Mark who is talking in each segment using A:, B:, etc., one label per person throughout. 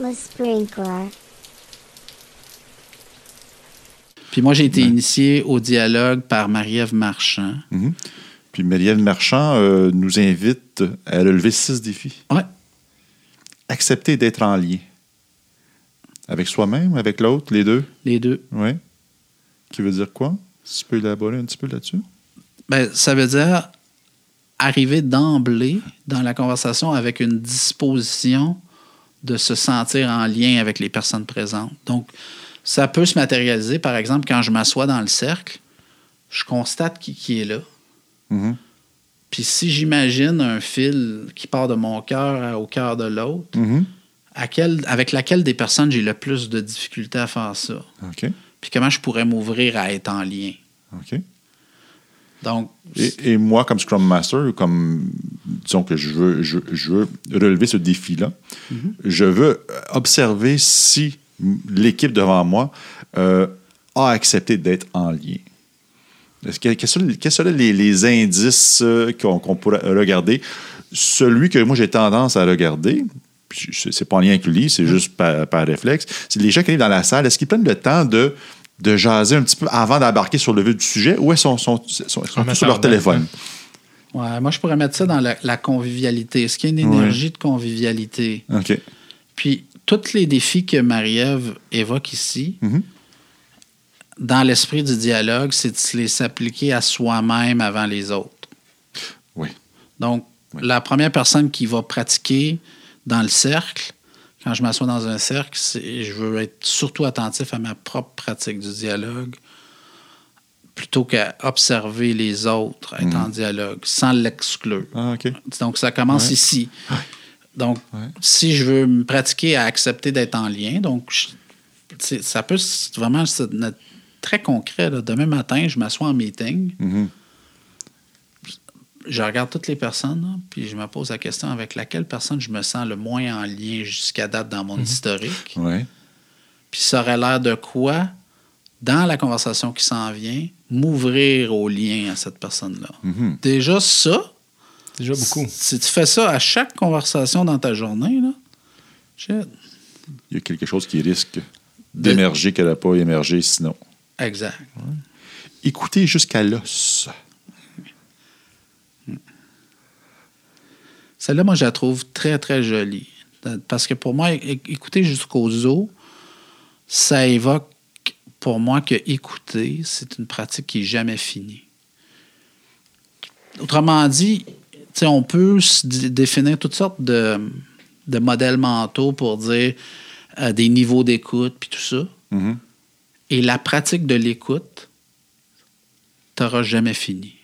A: Le sprinkler.
B: Puis moi, j'ai été initié au dialogue par Marie-Ève Marchand.
C: Mhm. Puis Marie-Ève Marchand euh, nous invite à relever six défis.
B: Ouais.
C: Accepter d'être en lien. Avec soi-même, avec l'autre, les deux.
B: Les deux.
C: Oui. Qui veut dire quoi? Tu peux élaborer un petit peu là-dessus?
B: Ben, ça veut dire arriver d'emblée dans la conversation avec une disposition de se sentir en lien avec les personnes présentes. Donc, ça peut se matérialiser, par exemple, quand je m'assois dans le cercle, je constate qui, qui est là.
C: Mhm.
B: Puis si j'imagine un fil qui part de mon cœur à- au cœur de l'autre,
C: Mhm.
B: à quel- avec laquelle des personnes j'ai le plus de difficultés à faire ça?
C: OK.
B: Puis comment je pourrais m'ouvrir à être en lien?
C: OK.
B: Donc,
C: Et, et moi, comme Scrum Master, comme disons que je veux, je, je veux relever ce défi-là, je veux observer si l'équipe devant moi euh, a accepté d'être en lien. Est-ce que- Quels seraient quels seraient les, les indices euh, qu'on qu'on pourrait regarder? Celui que moi j'ai tendance à regarder, puis je- c'est pas en lien avec le livre,
D: Mm.
C: c'est juste par, par réflexe, c'est les gens qui arrivent dans la salle, est-ce qu'ils prennent le temps de, de jaser un petit peu avant d'embarquer sur le vif du sujet ou est-ce sont, sont, sont- sont- sont
D: En
C: tous sur leur
D: attendant,
C: téléphone?
B: ouais, moi, je pourrais mettre ça dans la, la convivialité. Est-ce qu'il y a une
C: Ouais.
B: énergie de convivialité?
D: Hein.
C: OK.
B: Puis, tous les défis que Marie-Ève évoque ici,
C: Mhm.
B: dans l'esprit du dialogue, c'est de se les s'appliquer à soi-même avant les autres.
C: Oui.
B: Donc, la première personne qui va pratiquer dans le cercle, quand je m'assois dans un cercle, c'est- je veux être surtout attentif à ma propre pratique du dialogue plutôt qu'à observer les autres
C: Mhm.
B: être en dialogue sans l'exclure.
C: Ah, OK.
B: Donc, ça commence
C: Ouais.
B: ici. Donc,
C: Ouais.
B: si je veux me pratiquer à accepter d'être en lien, donc je- c'est- ça peut s- vraiment se- na- très concret. là. Demain matin, je m'assois en meeting,
D: Mm-hmm.
C: Mhm.
B: je regarde toutes les personnes, là, puis je me pose la question avec laquelle personne je me sens le moins en lien jusqu'à date dans mon
C: Mhm.
B: historique.
C: Ouais.
B: Puis ça aurait l'air de quoi, dans la conversation qui s'en vient, m'ouvrir au lien à cette personne-là.
C: Mhm.
B: Déjà ça,
D: Déjà beaucoup.
B: Si tu fais ça à chaque conversation dans ta journée, là, shit.
C: Il y a quelque chose qui risque d'émerger qu'elle n'a pas émergé sinon.
B: Exact.
C: Écoutez jusqu'à l'os.
B: Celle-là, moi, je la trouve très, très jolie. Parce que pour moi, é- écouter jusqu'aux os, ça évoque pour moi que écouter, c'est une pratique qui n'est jamais finie. Autrement dit, tu sais, on peut se dé- définir toutes sortes de, de modèles mentaux pour dire euh, des niveaux d'écoute, puis tout ça.
C: Mhm.
B: Et la pratique de l'écoute, t'auras jamais fini.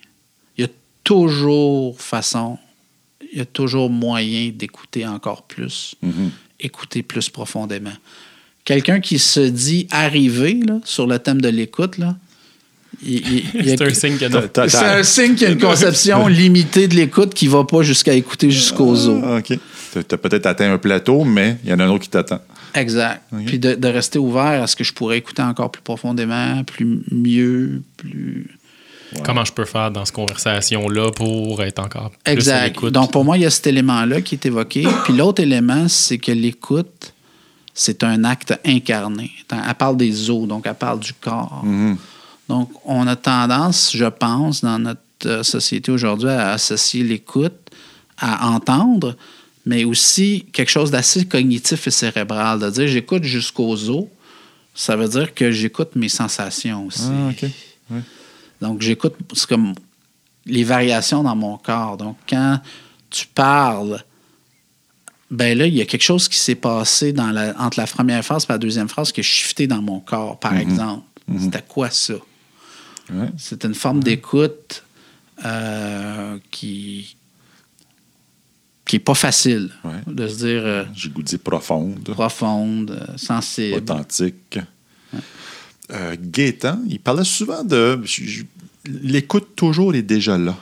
B: Il y a toujours façon, il y a toujours moyen d'écouter encore plus,
C: Mhm.
B: écouter plus profondément. Quelqu'un qui se dit arrivé là, sur le thème de l'écoute, là, il- il- il y a-
D: C'est un signe que non.
C: T'as-
B: c'est
C: t'as-
B: un signe qu'il y a une conception limitée de l'écoute qui va pas jusqu'à écouter jusqu'aux os.
C: Ah, OK. T'as- T'as peut-être atteint un plateau, mais il y en a un autre qui t'attend.
B: Exact.
C: Ok.
B: Puis de, de rester ouvert à ce que je pourrais écouter encore plus profondément, plus mieux, plus
D: Comment je peux faire dans cette conversation-là pour être encore plus à
B: Exact.
D: l'écoute?
B: Donc, pour moi, il y a cet élément-là qui est évoqué. Puis l'autre élément, c'est que l'écoute, c'est un acte incarné. Attends, Elle parle des os, donc elle parle du corps. Donc, on a tendance, je pense, dans notre euh, société aujourd'hui, à associer l'écoute à entendre, mais aussi quelque chose d'assez cognitif et cérébral, de dire j'écoute jusqu'aux os. Ça veut dire que j'écoute mes sensations aussi.
C: Ah, OK.
B: Donc, j'écoute c'est comme les variations dans mon corps. Donc, quand tu parles, ben là, il y a quelque chose qui s'est passé dans la- entre la première phrase et la deuxième phrase qui a shifté dans mon corps,
C: Mm-hmm.
B: par exemple. C'était quoi ça?
C: Ouais.
B: C'est une forme d'écoute euh, qui qui est pas facile
C: Ouais.
B: de se dire euh,
C: J'ai goût de dire profonde,
B: profonde, euh, sensible.
C: authentique. Euh, Gaétan, il parlait souvent de. je- je- L'écoute toujours est déjà là.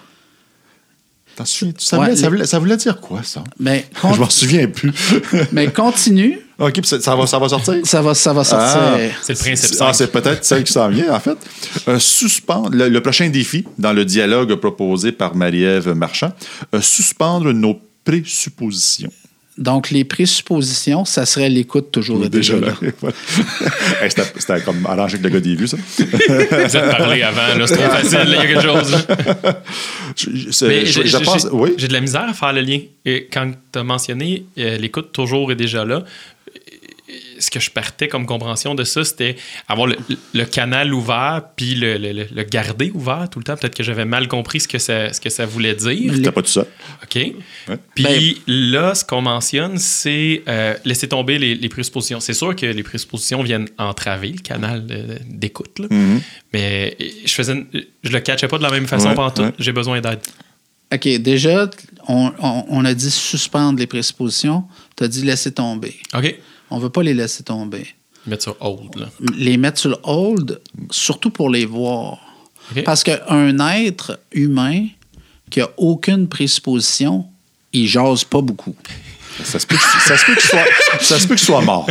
C: T'en souviens- ça,
B: Ouais,
C: voulait, ça
B: l'é-
C: voulait- ça voulait dire quoi, ça?
B: Mais,
C: Je m'en
B: con-
C: souviens plus.
B: mais continue,
C: OK, puis ça, ça va, ça va sortir?
B: ça va, ça va sortir.
D: C'est le principe
C: Ah,
D: simple.
C: c'est peut-être celle qui s'en vient, en fait. Euh, suspendre, le, le prochain défi dans le dialogue proposé par Marie-Ève Marchand, euh, suspendre nos présuppositions.
B: Donc, les présuppositions, ça serait l'écoute toujours de
C: Déjà là. Hey, C'était c'était comme arrangé avec le gars des vues, ça.
D: Vous êtes parlé avant, là, c'est trop facile, il y a quelque chose.
C: Je, je- c'est-
D: Mais
C: je-
D: j'ai-
C: je
D: j'ai-
C: pense,
D: j'ai-
C: oui.
D: J'ai de la misère à faire le lien. Et quand tu as mentionné euh, l'écoute toujours est déjà là, euh, ce que je partais comme compréhension de ça, c'était avoir le, le canal ouvert puis le, le- le- le garder ouvert tout le temps. Peut-être que j'avais mal compris ce que ça, ce que ça voulait dire.
C: T'as pas tout ça.
D: OK.
B: Ben,
D: Puis là, ce qu'on mentionne, c'est euh, laisser tomber les, les présuppositions. C'est sûr que les présuppositions viennent entraver le canal euh, d'écoute, là.
C: Mhm.
D: mais je faisais, une- je le catchais pas de la même façon
C: Ouais,
D: pendant tout.
C: ouais.
D: J'ai besoin d'aide.
B: OK, déjà, on, on- on a dit suspendre les présuppositions. Tu as dit laisser tomber.
D: OK.
B: On veut pas les laisser tomber.
D: Mettre sur hold. Là.
B: les mettre sur le hold, surtout pour les voir.
D: OK.
B: Parce qu'un être humain qui a aucune présupposition, il jase pas beaucoup.
C: Ça se peut que, ça se peut que, je sois, ça se peut que je sois mort.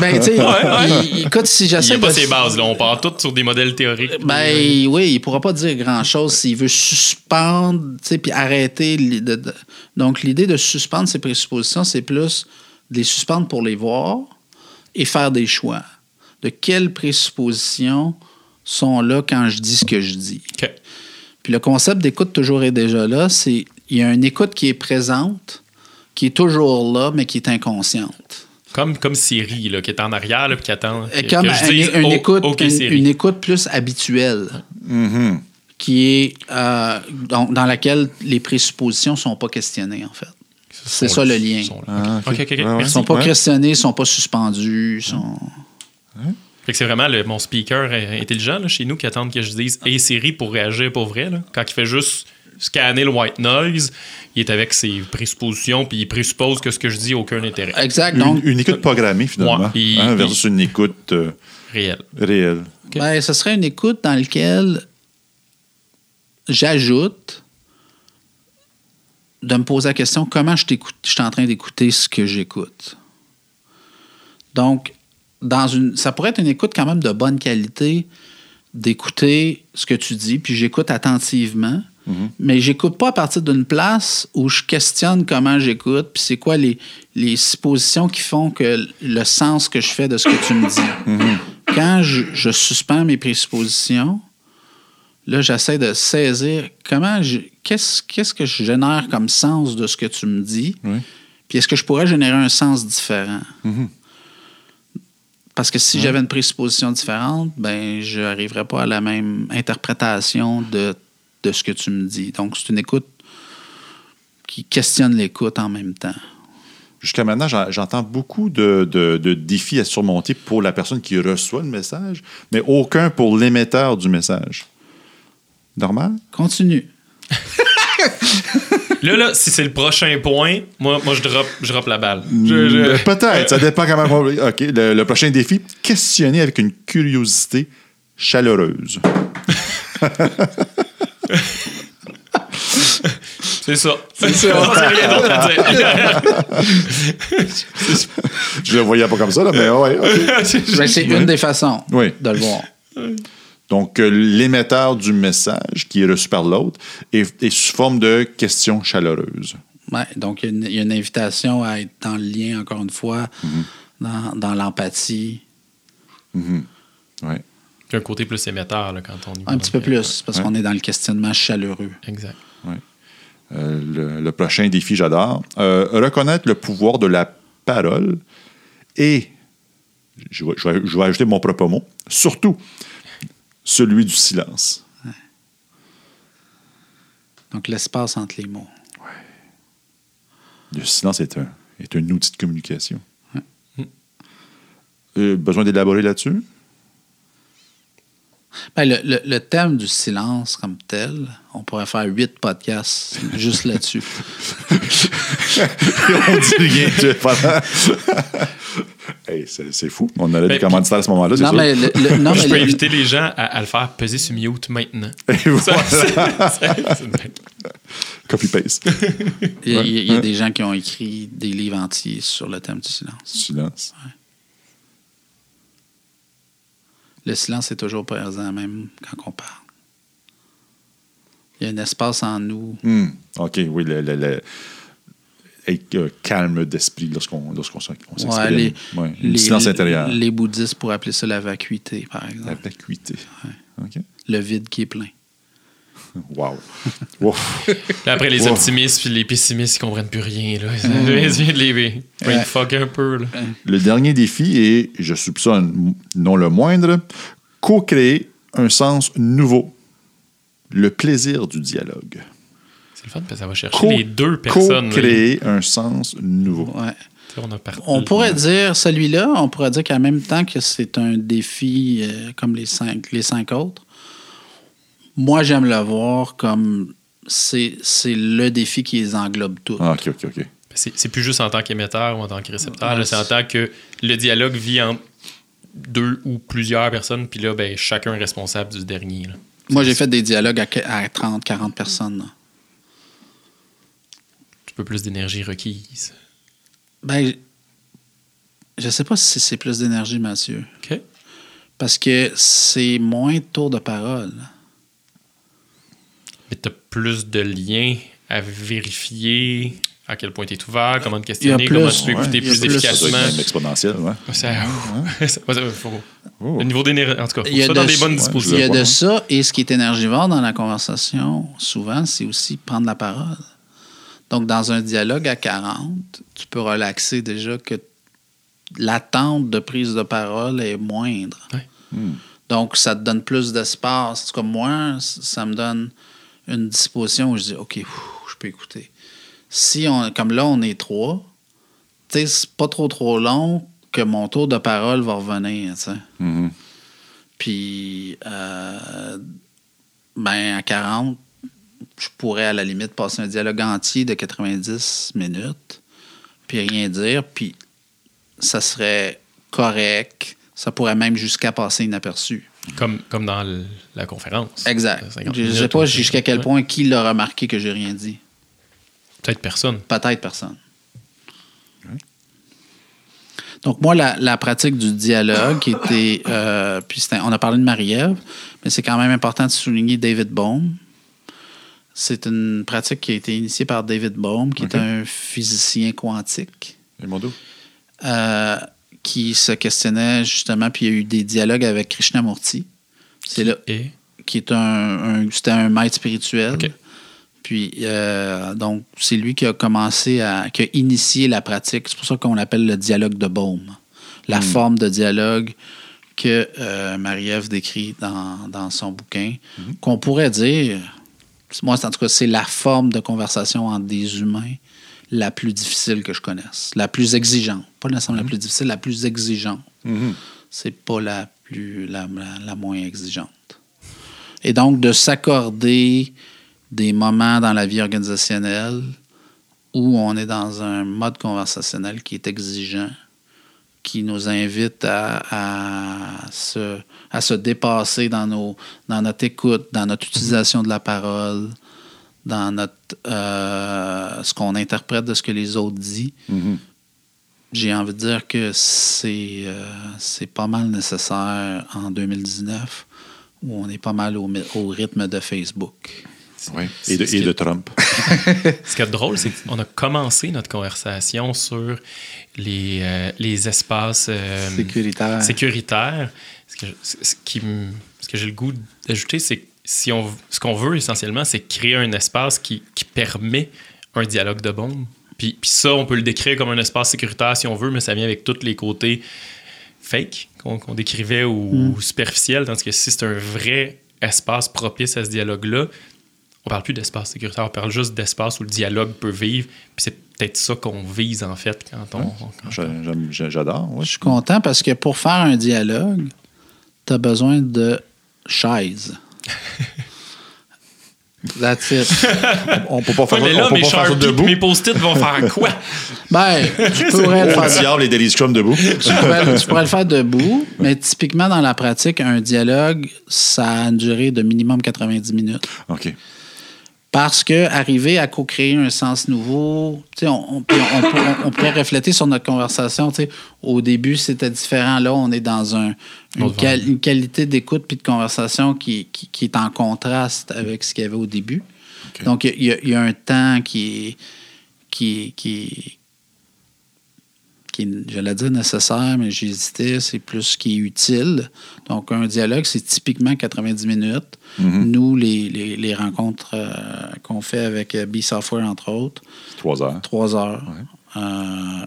B: Ben, tu sais,
D: ouais.
B: il- il- écoute, si
D: Il n'y
B: j'essaie
D: a pas
B: de-
D: ses bases. Là. On part toutes sur des modèles théoriques.
B: Ben oui, il pourra pas dire grand-chose s'il veut suspendre, tu sais, puis arrêter. li- de- de- Donc, l'idée de suspendre ses présuppositions, c'est plus de les suspendre pour les voir et faire des choix. De quelles présuppositions sont là quand je dis ce que je dis?
D: OK.
B: Puis le concept d'écoute toujours et déjà là, c'est il y a une écoute qui est présente, qui est toujours là, mais qui est inconsciente.
D: Comme, comme Siri, là, qui est en arrière, là, puis qui attend.
B: Et
D: que-
B: comme
D: que je
B: une,
D: dise,
B: une
D: oh,
B: écoute,
D: OK,
B: une,
D: Siri.
B: une écoute plus habituelle,
C: Mm-hmm.
B: qui est euh, dans, dans laquelle les présuppositions ne sont pas questionnées, en fait. C'est
D: Sont
B: ça le
D: là-
B: lien.
D: sont là.
C: Ah,
D: OK, OK, OK.
C: Ouais, ouais.
B: Ils
D: Merci.
B: sont pas
C: Ouais.
B: questionnées, ils sont pas suspendues. Sont...
D: Fait que c'est vraiment le, mon speaker euh, intelligent là, chez nous qui attend que je dise Hey Siri pour réagir pour vrai. là. Quand il fait juste scanner le white noise, il est avec ses présuppositions puis il présuppose que ce que je dis a aucun intérêt
B: Exact.
C: Une,
B: Donc,
C: une écoute programmée, finalement,
D: Ouais, il-
C: hein, versus une écoute euh,
D: réel.
C: réelle.
D: OK.
B: Ben, ce serait une écoute dans laquelle j'ajoute de me poser la question comment je t'écoute, je suis en train d'écouter ce que j'écoute. Donc, dans une, ça pourrait être une écoute quand même de bonne qualité d'écouter ce que tu dis, puis j'écoute attentivement, mais j'écoute pas à partir d'une place où je questionne comment j'écoute, puis c'est quoi les, les suppositions qui font que le sens que je fais de ce que tu me dis. Quand je, je suspends mes présuppositions, là, j'essaie de saisir comment je- qu'est-ce, qu'est-ce que je génère comme sens de ce que tu me dis,
C: Oui.
B: puis est-ce que je pourrais générer un sens différent? Parce que si j'avais une présupposition différente, ben je n'arriverais pas à la même interprétation de, de ce que tu me dis. Donc, c'est une écoute qui questionne l'écoute en même temps.
C: Jusqu'à maintenant, j'en- j'entends beaucoup de, de- de défis à surmonter pour la personne qui reçoit le message, mais aucun pour l'émetteur du message. Normal?
B: Continue.
D: Là, là, si c'est le prochain point, moi, moi je, drop, je drop la balle. Je- je-
C: Mm, Mais Peut-être, ça dépend comment. on- OK, le, le prochain défi, questionner avec une curiosité chaleureuse.
D: C'est ça. C'est ça. c'est rien d'autre à dire.
C: Je le voyais pas comme ça, là, mais ouais. ok.
B: Ben, c'est une des façons
C: Oui.
B: de le voir.
C: Donc, euh, l'émetteur du message qui est reçu par l'autre est, est sous forme de question chaleureuse.
B: Ouais, donc, il y a une- il y, a une invitation à être dans le lien, encore une fois,
C: Mm-hmm.
B: dans, dans l'empathie.
C: Ouais.
D: Il y a un côté plus émetteur là, quand on y
B: Un
D: va.
B: petit peu plus, parce
C: Ouais.
B: qu'on est dans le questionnement chaleureux.
D: Exact.
C: Euh, le, le prochain défi, j'adore. Euh, reconnaître le pouvoir de la parole et, je vais, je vais- je vais ajouter mon propre mot, surtout celui du silence.
B: Donc, l'espace entre les mots.
C: Le silence est un, est un outil de communication. Euh, besoin d'élaborer là-dessus?
B: Ben, le, le- le thème du silence comme tel, on pourrait faire huit podcasts juste là-dessus.
C: On dit rien. tu- pendant- Hey, c'est c'est fou. On aurait
D: Ben,
C: des commanditaires à ce moment-là, c'est
B: non,
C: sûr.
B: mais le, le- non,
D: je
B: mais
D: peux
B: le-
D: inviter les gens à, à le faire peser sur mute maintenant.
C: Et voilà.
D: Ça, c'est- c'est- c'est une blague.
C: Copy-paste.
B: il y a- il y a, il y a
C: Ouais.
B: des gens qui ont écrit des livres entiers sur le thème du silence.
C: Silence.
B: Le silence est toujours présent, même quand on parle. Il y a un espace en nous.
C: Hmm. OK, oui. le- le- le- être euh, calme d'esprit lorsqu'on lorsqu'on s'en- on s'exprime.
B: Ouais, les,
C: Ouais,
B: les-
C: le silence intérieur.
B: Les bouddhistes pourraient appeler ça la vacuité, par
C: La
B: exemple.
C: vacuité. OK.
B: Le vide qui est plein.
C: Wow. Ouf.
D: Là, après, les
C: Wow.
D: optimistes puis les pessimistes, ils comprennent plus rien. Là.
B: Mm.
D: Ils viennent de les brain fuck un peu. Là.
C: Le dernier défi est, je soupçonne, non le moindre, co-créer un sens nouveau. Le plaisir du dialogue.
D: C'est le fun, parce que ça va chercher
C: Co-
D: les deux personnes. là.
C: Co-créer un sens nouveau.
B: Ouais.
D: Tu sais, On, a parti-
C: Mm-hmm.
B: On pourrait dire celui-là, on pourrait dire qu'en même temps que c'est un défi euh, comme les cinq, les cinq autres, moi j'aime le voir comme c'est c'est le défi qui les englobe tous.
C: Ah, OK, OK, OK.
D: C'est c'est plus juste en tant qu'émetteur ou en tant que récepteur.
B: Ouais,
D: là, c'est en tant que le dialogue vit entre deux ou plusieurs personnes, puis là, ben, chacun est responsable du dernier. là.
B: Moi j'ai fait des dialogues à, que- à 30, 40 personnes. là.
D: Un peu plus d'énergie requise.
B: Ben, je sais pas si c'est plus d'énergie, Mathieu,
D: OK?
B: parce que c'est moins de tours de parole.
D: Mais t'as plus de liens à vérifier, à quel point t'es ouvert, comment te
B: Il y a
D: questionner,
B: plus-
D: comment tu peux
B: ouais,
D: écouter
B: il y a
D: plus
B: plus-
C: Ça doit
D: efficacement.
C: être même exponentiel, ouais.
D: Ça- ça- ça- faut-
C: Oh.
D: Le niveau d'énergie, en tout cas, faut que ça dans
B: de
D: des
B: ça-
D: bonnes
B: il y
D: dispositions. hein.
B: a
C: Ouais,
B: de
C: ouais.
B: ça, et ce qui est énergivore dans la conversation, souvent, c'est aussi prendre la parole. Donc, dans un dialogue à 40, tu peux relaxer déjà que l'attente de prise de parole est moindre.
D: Ouais.
B: Donc, ça te donne plus d'espace. Comme moi, c- ça me donne une disposition où je dis, OK, ouf, je peux écouter. Si, on, comme là, on est trois, tu sais, c'est pas trop, trop long que mon tour de parole va revenir, tu sais.
C: Mhm.
B: Puis, euh, ben, à 40, je pourrais à la limite passer un dialogue entier de 90 minutes, puis rien dire, puis ça serait correct. Ça pourrait même jusqu'à passer inaperçu.
D: Comme, comme dans l- la conférence.
B: Exact.
D: 50
B: Je ne sais
D: minutes,
B: pas
D: ou-
B: jusqu'à quel
D: ouais.
B: point qui l'a remarqué que j'ai rien dit.
D: Peut-être personne.
B: Peut-être personne. Donc, moi, la, la pratique du dialogue qui était. euh, puis c'était- on a parlé de Marie-Ève, mais c'est quand même important de souligner David Bohm. C'est une pratique qui a été initiée par David Bohm, qui
C: OK.
B: est un physicien quantique
C: Oh. Et mon dos?
B: euh, qui se questionnait justement, puis il y a eu des dialogues avec Krishnamurti. C'est là
D: Et
B: qui est un, un- c'était un maître spirituel.
D: OK.
B: Puis euh, donc c'est lui qui a commencé à qui a initié la pratique. C'est pour ça qu'on l'appelle le dialogue de Baume, la forme de dialogue que euh, Marie-Ève décrit dans, dans son bouquin, qu'on pourrait dire, moi en tout cas c'est la forme de conversation entre des humains la plus difficile que je connaisse, la plus exigeante, pas nécessairement la plus difficile, la plus exigeante.
C: Mm-hmm.
B: C'est pas la plus la- la- la moins exigeante. Et donc, de s'accorder des moments dans la vie organisationnelle où on est dans un mode conversationnel qui est exigeant, qui nous invite à, à se, à se dépasser dans, nos, dans notre écoute, dans notre utilisation de la parole, dans notre, euh, ce qu'on interprète de ce que les autres disent. J'ai envie de dire que c'est euh, c'est pas mal nécessaire en 2019 où on est pas mal au, mi- au rythme de Facebook.
C: Oui. Et de,
D: c'est-
C: et de Trump.
D: ce qui est drôle, c'est qu'on a commencé notre conversation sur les, euh, les espaces euh,
B: Sécuritaire.
D: sécuritaires. Ce que, je- ce- ce qui me- ce que j'ai le goût d'ajouter, c'est que si on, ce qu'on veut essentiellement, c'est créer un espace qui, qui permet un dialogue de bombe. Puis, puis ça, on peut le décrire comme un espace sécuritaire si on veut, mais ça vient avec tous les côtés fake qu'on qu'on décrivait ou, ou superficiels. Tandis que si c'est un vrai espace propice à ce dialogue-là, on parle plus d'espace sécuritaire, on parle juste d'espace où le dialogue peut vivre. Puis c'est peut-être ça qu'on vise en fait quand on. quand-
C: J'a- j'aime- j'a- J'adore. ouais.
B: Je suis content parce que pour faire un dialogue, tu as besoin de chaises. That's it.
C: On peut pas
D: Ouais,
C: faire,
D: mais
C: on
D: là,
C: peut
D: mes
C: pas faire ça
D: Sharpie
C: debout.
D: mes post-it vont faire quoi?
B: Ben, tu pourrais le
C: Au
B: faire.
C: diable, les Daily Scrum debout.
B: tu pourrais- tu pourrais le faire debout, mais typiquement dans la pratique, un dialogue, ça a une durée de minimum 90 minutes.
C: OK.
B: Parce que arriver à co-créer un sens nouveau, tu sais, on, on, puis on- on pourrait- on pourrait réfléchir sur notre conversation. tu sais. Au début, c'était différent. Là, on est dans un, une,
D: Autre
B: qual- une qualité d'écoute puis de conversation qui, qui- qui est en contraste avec ce qu'il y avait au début.
C: OK.
B: Donc, il y, a- il y a- il y a un temps qui est, qui, qui, qui est, j'allais dire nécessaire, mais j'hésitais, c'est plus qui est utile. Donc, un dialogue, c'est typiquement 90 minutes.
C: Mhm.
B: Nous, les, les- les rencontres euh, qu'on fait avec euh, B-Software, entre autres,
C: Trois heures.
B: trois heures. Euh,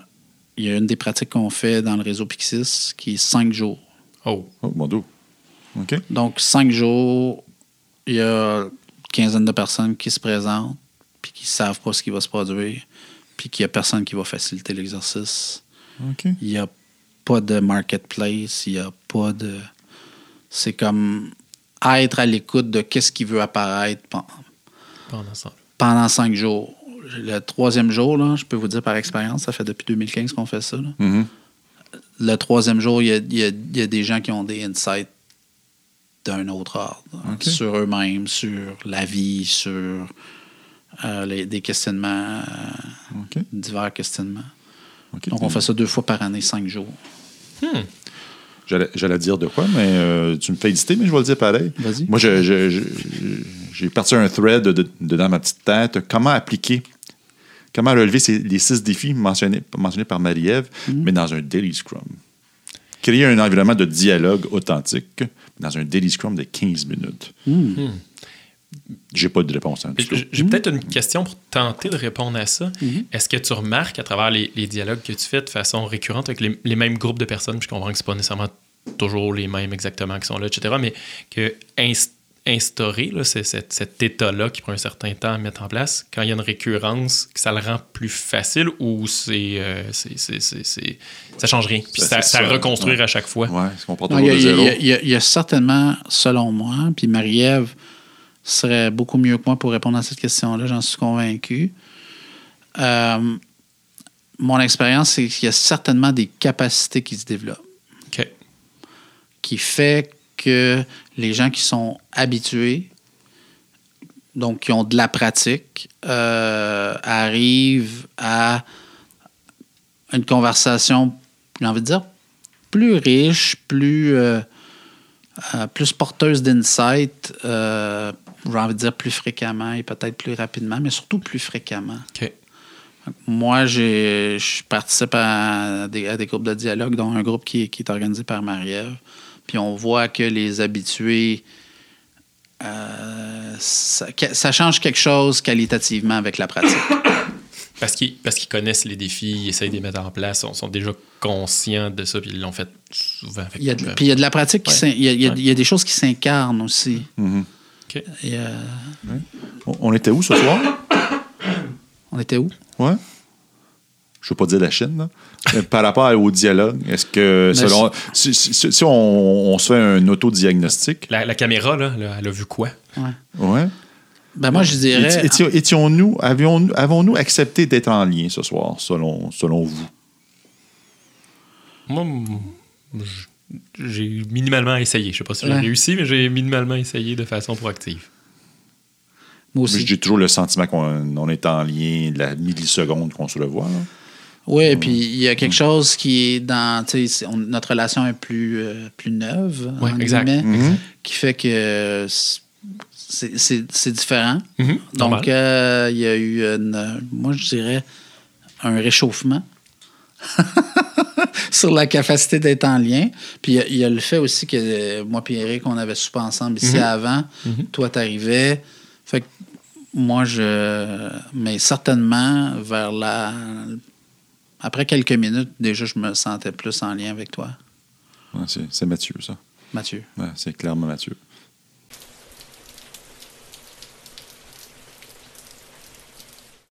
B: Il y a une des pratiques qu'on fait dans le réseau Pixis qui est cinq jours.
D: Oh,
C: Oh, mon dos. OK.
B: Donc, cinq jours, il y a une quinzaine de personnes qui se présentent, puis qui ne savent pas ce qui va se produire, puis qu'il n'y a personne qui va faciliter l'exercice.
C: OK.
B: Il n'y a pas de marketplace, il n'y a pas de. C'est comme être à l'écoute de qu'est-ce qui veut apparaître pen-
D: pendant ça.
B: pendant cinq jours. Le troisième jour, là, je peux vous dire par expérience, ça fait depuis 2015 qu'on fait ça. là.
C: Mhm.
B: Le troisième jour, il y a, il y a- il y a des gens qui ont des insights d'un autre ordre hein,
C: OK.
B: sur eux-mêmes, sur la vie, sur euh, les- des questionnements, euh,
C: OK.
B: divers questionnements.
C: OK.
B: Donc, on fait ça deux fois par année, cinq jours.
C: J'allais j'allais dire de quoi, mais euh, tu me fais hésiter, mais je vais le dire pareil.
B: Vas-y.
C: Moi, je- je- je- je- j'ai parti un thread de- de- dans ma petite tête. Comment appliquer, comment relever ces- les six défis mentionnés, mentionnés par Marie-Ève,
B: Mhm.
C: mais dans un daily scrum. Créer un environnement de dialogue authentique dans un daily scrum de 15 minutes.
B: Hmm.
C: J'ai pas de réponse. hein, du tout.
D: J- J'ai peut-être une question pour tenter de répondre à ça.
C: Mm-hmm.
D: Est-ce que tu remarques à travers les, les dialogues que tu fais de façon récurrente avec les, les mêmes groupes de personnes, puis je comprends que c'est pas nécessairement toujours les mêmes exactement qui sont là, etc., mais que ins- instaurer là, c'est- cet, cet état-là qui prend un certain temps à mettre en place, quand il y a une récurrence, que ça le rend plus facile ou c'est, euh, c'est, c'est- c'est- c'est- ça change rien, puis
C: Ça,
D: ça,
C: c'est
D: ça
C: ça.
D: reconstruire à chaque fois.
C: Ouais, est-ce qu'on part
B: Non,
C: toujours
B: il, y a,
C: de zéro?
B: il y a- il y a- il y a certainement, selon moi, puis Marie-Ève serait beaucoup mieux que moi pour répondre à cette question-là, j'en suis convaincu. Euh, mon expérience, c'est qu'il y a certainement des capacités qui se développent,
D: OK.
B: qui fait que les gens qui sont habitués, donc qui ont de la pratique, euh, arrivent à une conversation, j'ai envie de dire, plus riche, plus, euh, euh, plus porteuse d'insight, euh, j'ai envie de dire plus fréquemment et peut-être plus rapidement, mais surtout plus fréquemment.
D: OK.
B: Moi, j'ai- je participe à des, à des groupes de dialogue, dont un groupe qui, est- qui est organisé par Marie-Ève. Puis on voit que les habitués, euh, ça, que- ça change quelque chose qualitativement avec la pratique.
D: Parce qu'ils, parce qu'ils connaissent les défis, ils essayent de les mettre en place, ils sont déjà conscients de ça, puis ils l'ont fait souvent. Fait que- euh,
B: Il y a de- puis il y a de la pratique, qui
D: Ouais.
B: s'in- il, y a, il y a-
D: Ouais. Mm.
B: il y a des choses qui s'incarnent aussi.
C: Mhm.
D: OK.
B: Et, euh,
C: On- On était où ce soir?
B: on était où?
C: Ouais. Je veux pas dire la Chine, là. Mais Par rapport au dialogue, est-ce que
B: Mais
C: selon. Si, si- si- si on, on se fait un autodiagnostic,
D: La, la caméra, là, là, elle a vu quoi?
B: Ouais.
C: ouais.
B: Ben moi, je dirais.
C: Éti- éti- Étions-nous, avions- avons-nous accepté d'être en lien ce soir, selon, selon vous?
D: Moi, m- j- j'ai minimalement essayé. Je sais pas si j'ai
B: Ouais.
D: réussi, mais j'ai minimalement essayé de façon proactive.
B: Moi
C: Mais
B: aussi.
C: J'ai toujours le sentiment qu'on on est en lien la milliseconde qu'on se revoit. là.
B: Oui,
D: Mm.
B: puis il y a quelque chose qui est dans. tu sais, c'est- on- notre relation est plus, euh, plus neuve,
D: Ouais,
B: en
D: exact,
B: guillemets,
C: exact.
B: qui fait que euh, c'est- c'est c'est différent.
D: Mhm, normal.
B: Mm-hmm. Donc, euh, il y a eu, une- euh, moi, je dirais, un réchauffement sur la capacité d'être en lien. Puis il y a- il y, a le fait aussi que euh, moi et Eric, on avait soupé ensemble ici avant. Toi, t'arrivais. Fait que moi, je... Mais certainement, vers la... Après quelques minutes, déjà, je me sentais plus en lien avec toi,
C: Ouais, c'est c'est Mathieu, ça.
B: Mathieu.
C: Ouais, c'est clairement Mathieu.